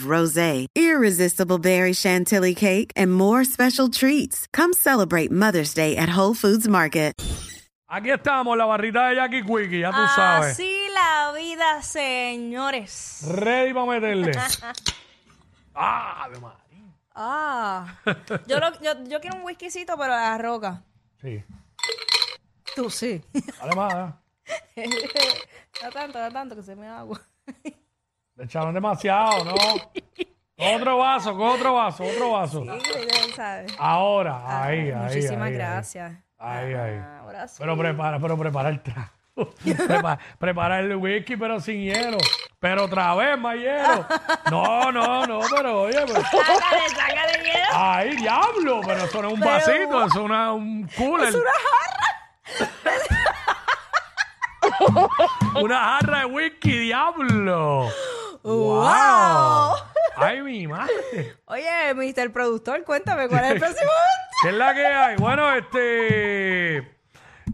rosé, irresistible berry chantilly cake, and more special treats. Come celebrate Mother's Day at Whole Foods Market. Aquí estamos, la barrita de Jackie Quickie, ya tú Ah, sabes. Así la vida, señores. Ready para meterle. ah, de madre. Ah. Yo, lo- yo, yo quiero un whiskycito, pero a la roca. Sí. Tú sí. Dale más, ¿eh? da tanto, da tanto que se me da agua. Le echaron demasiado, ¿no? otro vaso, con otro vaso, otro vaso. Ya sabes. Ahora, ahí, ahí. Ah, Muchísimas ahí, ahí. gracias. Ah, Ahí, ahí. Ahora sí. Pero prepara, pero prepara el trago. Prepa- prepara el whisky, pero sin hielo. Pero otra vez más hielo. No, no, no, pero oye, pues. Sácale, sácale miedo. ¡Ay, diablo! Pero eso no es un Pero- vasito, eso es una, un cooler. Es una jarra. una jarra de whisky, diablo. ¡Wow! ¡Ay, mi madre! Oye, Mr. Productor, cuéntame cuál es el próximo. ¿Qué es la que hay? Bueno, este.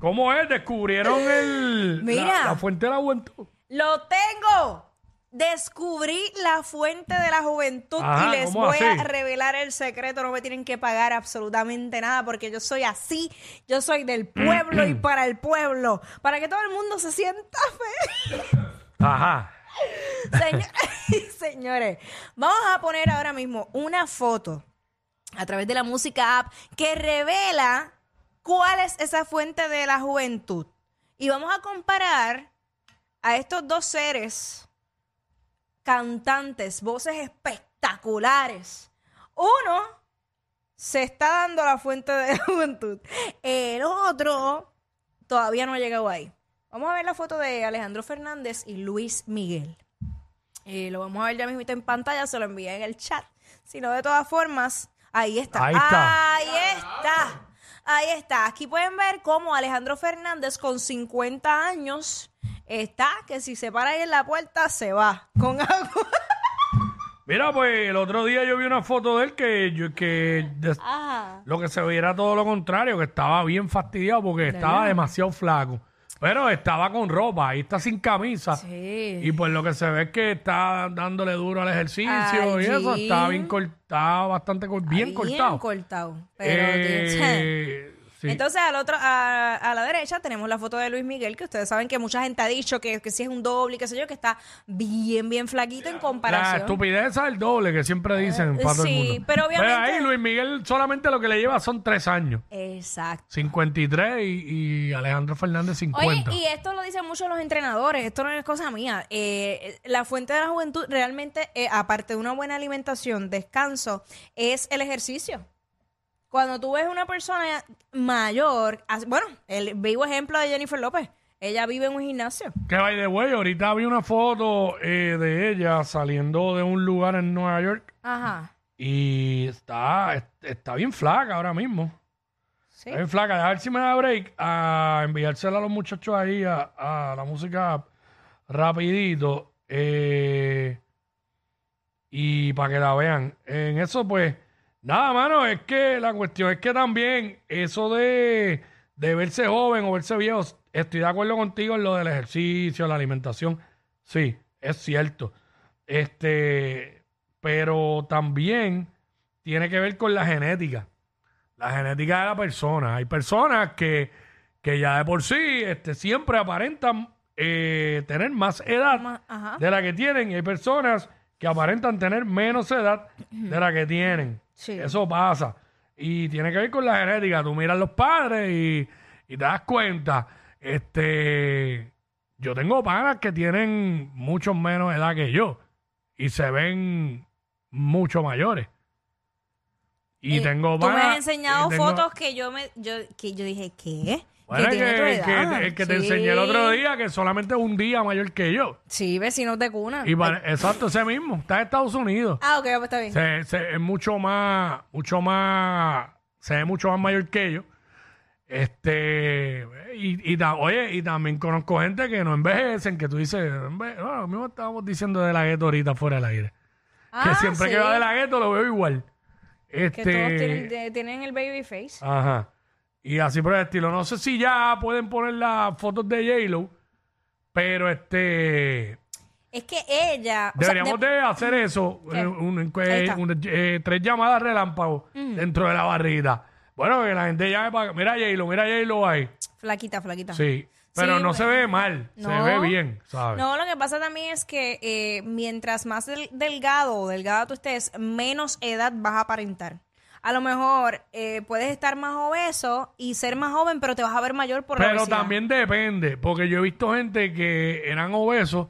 ¿Cómo es? Descubrieron el. la- Mira. La, fuente de la juventud. ¡Lo tengo! Descubrí la fuente de la juventud Ajá, y les ¿cómo voy así? a revelar el secreto. No me tienen que pagar absolutamente nada porque yo soy así. Yo soy del Mm, pueblo y para el pueblo. Para que todo el mundo se sienta feliz. Ajá. Señor- señores, vamos a poner ahora mismo una foto a través de la música app que revela cuál es esa fuente de la juventud. Y vamos a comparar a estos dos seres, cantantes, voces espectaculares. Uno se está dando la fuente de la juventud, el otro todavía no ha llegado ahí. Vamos a ver la foto de Alejandro Fernández y Luis Miguel. Eh, lo vamos a ver ya mismito en pantalla, se lo envié en el chat. Si no, de todas formas, ahí está. Ahí está. Ahí está. Ahí está. Aquí pueden ver cómo Alejandro Fernández con 50 años está, que si se para ahí en la puerta, se va con agua. Mira, pues el otro día yo vi una foto de él que, yo- que des- Ajá. lo que se veía era todo lo contrario, que estaba bien fastidiado porque estaba demasiado flaco. Pero estaba con ropa, ahí está sin camisa. Sí. Y pues lo que se ve es que está dándole duro al ejercicio Al y eso. gym. Está bien cortado, bastante cor- bien, cortado. Bien cortado. Pero Eh, sí. Entonces, al otro, a, a la derecha tenemos la foto de Luis Miguel, que ustedes saben que mucha gente ha dicho que, que si es un doble, y qué sé yo, que está bien, bien flaquito en la comparación. Eh, estupidez esa es el doble que siempre dicen para todo el sí, mundo. pero obviamente- ahí Luis Miguel solamente lo que le lleva son tres años. Exacto. 53 y, y Alejandro Fernández 50. Oye, y esto lo dicen muchos los entrenadores, esto no es cosa mía. Eh, la fuente de la juventud realmente, eh, aparte de una buena alimentación, descanso, es el ejercicio. Cuando tú ves una persona mayor, as- bueno, el vivo ejemplo de Jennifer López, ella vive en un gimnasio. Que by the way, ahorita vi una foto eh, de ella saliendo de un lugar en Nueva York Ajá. y está, está bien flaca ahora mismo. Sí. Está bien flaca. A ver si me da break a enviársela a los muchachos ahí a, a la música rapidito. eh, y para que la vean. En eso, pues, nada, mano, es que la cuestión es que también eso de, de verse joven o verse viejo, estoy de acuerdo contigo en lo del ejercicio, la alimentación. Sí, es cierto. Este, pero también tiene que ver con la genética la genética de la persona. Hay personas que, que ya de por sí este, siempre aparentan eh, tener más edad Ma- Ajá. de la que tienen y hay personas que aparentan tener menos edad de la que tienen. Sí. Eso pasa. Y tiene que ver con la genética. Tú miras los padres y, y te das cuenta, este, yo tengo panas que tienen mucho menos edad que yo y se ven mucho mayores. Y Eh, tengo Tú me panas- has enseñado y tengo- fotos que yo me yo, que yo dije, ¿qué? Bueno, el que que, tiene tu el que- edad. el que te Sí. enseñé el otro día, que solamente un día mayor que yo. Sí, vecinos de cuna. Y para- exacto, ese mismo, está en Estados Unidos. Ah, ok, pues está bien. Se, se- es mucho más, mucho más, se ve mucho más mayor que yo. Este, y, y ta- oye, y también conozco gente que no envejecen, que tú dices, "Enve- bueno, lo mismo estábamos diciendo de la gueto ahorita fuera del aire. Ah, que siempre sí, que va de la gueto lo veo igual. Que Este, Ah. todos tienen, de- tienen el baby face. Ajá. Y así por el estilo. No sé si ya pueden poner las fotos de J-Lo, pero este. Es que ella. o sea, Deberíamos de- de hacer eso. ¿Qué? eh, un- un- Ahí está. Mm. un- eh, tres llamadas relámpago dentro de la barrita. Bueno, que la gente llame para. Mira J-Lo, mira J-Lo ahí. Flaquita, flaquita. Sí. Pero Sí, no se bueno. ve mal, se No. ve bien, ¿sabes? No, lo que pasa también es que eh, mientras más del- delgado o delgada tú estés, menos edad vas a aparentar. A lo mejor eh, puedes estar más obeso y ser más joven, pero te vas a ver mayor por la Pero obesidad. también depende, porque yo he visto gente que eran obesos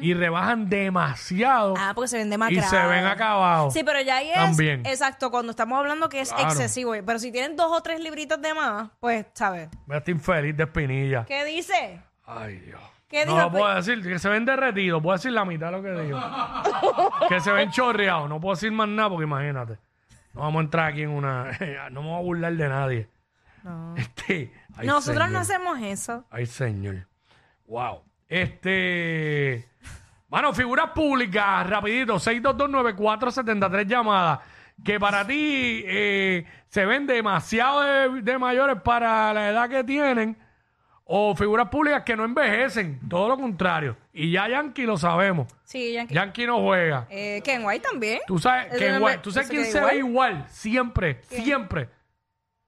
y rebajan demasiado Ah, porque se ven y demacrados. se ven acabados. Sí, pero ya ahí es. También. Exacto, cuando estamos hablando que es Claro. excesivo. eh, Pero si tienen dos o tres libritas de más, pues, ¿sabes? Me estoy infeliz de espinilla. ¿Qué dice? Ay, Dios. ¿Qué no dijo lo el puedo decir, que se ven derretidos, puedo decir la mitad de lo que digo. que se ven chorreados, no puedo decir más nada porque imagínate. No vamos a entrar aquí en una... no me voy a burlar de nadie. Este, ay, Nosotros señor. no hacemos eso. Ay, señor. Wow. Este... Bueno, figuras públicas, rapidito, 6229473 llamadas, que para ti eh, se ven demasiado de- de mayores para la edad que tienen o figuras públicas que no envejecen, todo lo contrario. Y ya Yankee lo sabemos. Sí, Yankee. Yankee no juega. Eh, Ken White también. Tú sabes, Eso que no igual- me- ¿tú sabes eso quién queda se ve igual, siempre, siempre.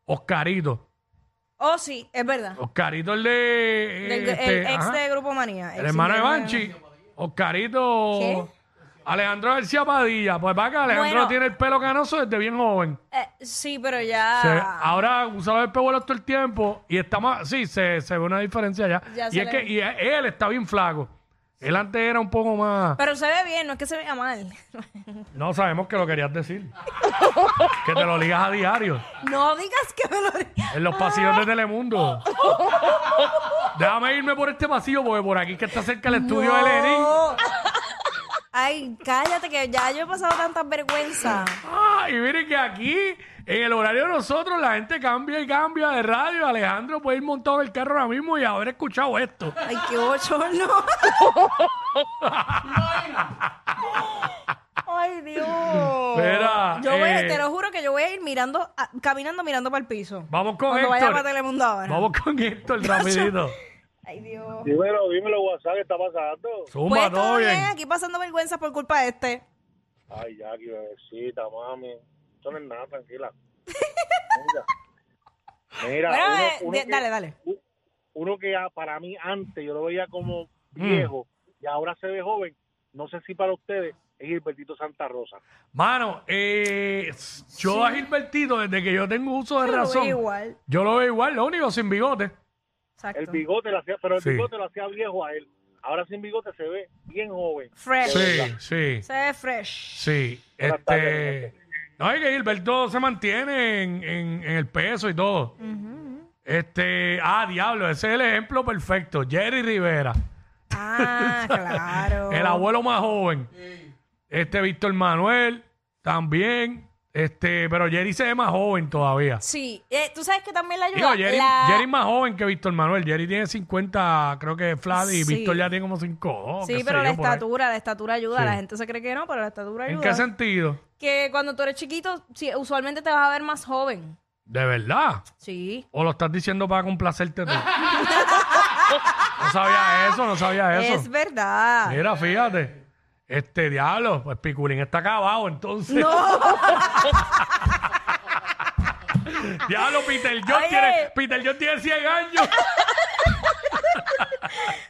Oscarito. Oh, sí, es verdad. Oscarito el de... eh, Del- este, el ex ajá, de Grupo Manía. el hermano de Banchi. Oscarito... ¿Qué? Alejandro García Padilla. Pues va que Alejandro Bueno. tiene el pelo canoso desde bien joven. Eh, sí, pero Se- ah. ya. ahora usaba el pelo todo el tiempo y está más, sí, se, se ve una diferencia ya. Ya y se es le que ve. y él está bien flaco. Él antes era un poco más. Pero se ve bien, no es que se vea mal. No sabemos que lo querías decir. que te lo ligas a diario. no digas que me lo. En los pasillos de Telemundo. Déjame irme por este pasillo, porque por aquí que está cerca el estudio de Lenin. No. Ay, cállate, que ya yo he pasado tantas vergüenzas. Ah, y miren que aquí, en el horario de nosotros, la gente cambia y cambia de radio. Alejandro puede ir montado en el carro ahora mismo y haber escuchado esto. Ay, qué bochorno. Ay, Dios. Mira, yo voy, eh, te lo juro que yo voy a ir mirando, a- caminando, mirando para el piso. Vamos con Cuando vaya Héctor. para Telemundo ahora. Vamos con esto, el rapidito. Ay, Dios. Dímelo, dímelo, WhatsApp, ¿qué está pasando? Zumba, Pues todo bien. aquí pasando vergüenza por culpa de este. Ay, Jackie, bebecita, mami. Eso no es nada, tranquila. Mira, Bueno, mira, eh, uno, uno de- que, dale, dale. u- uno que ah, para mí antes yo lo veía como Mm. viejo y ahora se ve joven, no sé si para ustedes es Gilbertito Santa Rosa. Mano, eh, yo a Gilbertito, desde que yo tengo uso de Yo lo razón, veo igual. yo lo veo igual, lo único sin bigote. Exacto. El bigote lo hacía, pero el Sí. bigote lo hacía viejo a él. Ahora sin bigote se ve bien joven. Fresh. Sí, sí, Se ve fresh. sí. Buenas Este, tardes. no, es que Gilberto se mantiene en, en- en el peso y todo. Este, ah, diablo, ese es el ejemplo perfecto. Jerry Rivera, Ah, claro. el abuelo más joven. Este, Víctor Manuel, también. Este, pero Jerry se ve más joven todavía. Sí. Eh, Tú sabes que también la ayuda. Digo, Jerry, la- Jerry es más joven que Víctor Manuel. Jerry tiene 50, creo que es Vlad, y Sí. Víctor ya tiene como oh, 5. Sí, pero la estatura, la estatura ayuda. Sí. La gente se cree que no, pero la estatura ayuda. ¿En qué sentido? que cuando tú eres chiquito, sí, usualmente te vas a ver más joven. ¿De verdad? Sí. ¿O lo estás diciendo para complacerte tú? no sabía eso, no sabía eso. Es verdad. Mira, fíjate. Este diablo, pues Piculín está acabado, entonces. Oh, diablo, Peter John Oye. tiene, Peter John tiene 100 años.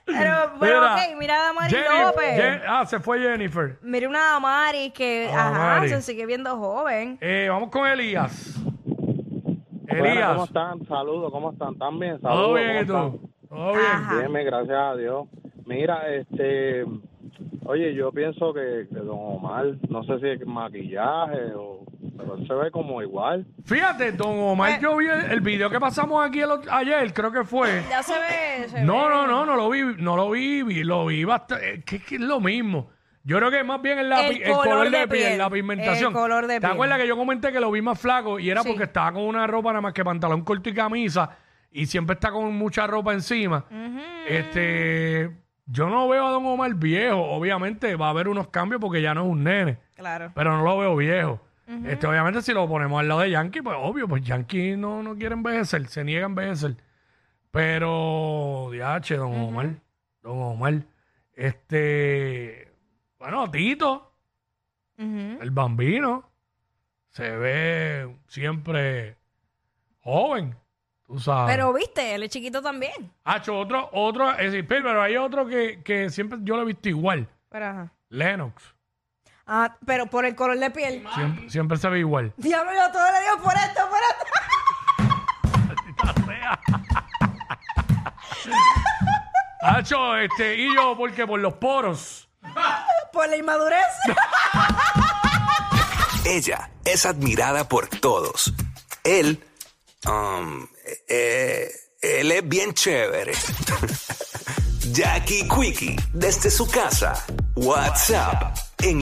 Pero, pero ok, mira a Damari Jenny- López. Jen- ah, se fue Jennifer. Mira una Damari que, Ah, ajá, Damari. se sigue viendo joven. Eh, vamos con Elías. Buenas, ¿Cómo Elías, están? Saludos, ¿cómo están? ¿Están bien? Saludos, ¿todo bien y ¿cómo están? tú? ¿Todo bien? Ajá. Bien, me- gracias a Dios. Mira, este, oye, yo pienso que, que Don Omar, no sé si es maquillaje o, pero él se ve como igual. Fíjate, don Eh. Omar, yo vi el, el video que pasamos aquí el ot- ayer, creo que fue. Ya se ve. se No, ve. no, no, no lo vi, no lo vi, vi- lo vi bastante, que, que es lo mismo. Yo creo que más bien es la El pi- el color, de, piel, la el pigmentación. color de ¿Te piel. acuerdas que yo comenté que lo vi más flaco y era Sí. porque estaba con una ropa nada más que pantalón corto y camisa y siempre está con mucha ropa encima? Este, yo no veo a Don Omar viejo, obviamente va a haber unos cambios porque ya no es un nene, Claro. pero no lo veo viejo. Este, obviamente si lo ponemos al lado de Yankee, pues obvio, pues Yankee no, no quiere envejecer, se niega a envejecer. Pero, diache, don Omar, don Omar, este, bueno, Tito, Ujú. el bambino, se ve siempre joven, tú sabes. Pero viste, él es chiquito también. Hacho, otro, otro, es decir, pero hay otro que, que siempre yo lo he visto igual, Pero ajá. Lennox, Ah, pero por el color de piel. siempre, siempre se ve igual. Diablo, yo todo le digo por esto, por esto. Hacho, este, y yo, porque por los poros. Por la inmadurez. Ella es admirada por todos. Él, um, eh, él es bien chévere. Jackie Quickie, desde su casa. WhatsApp.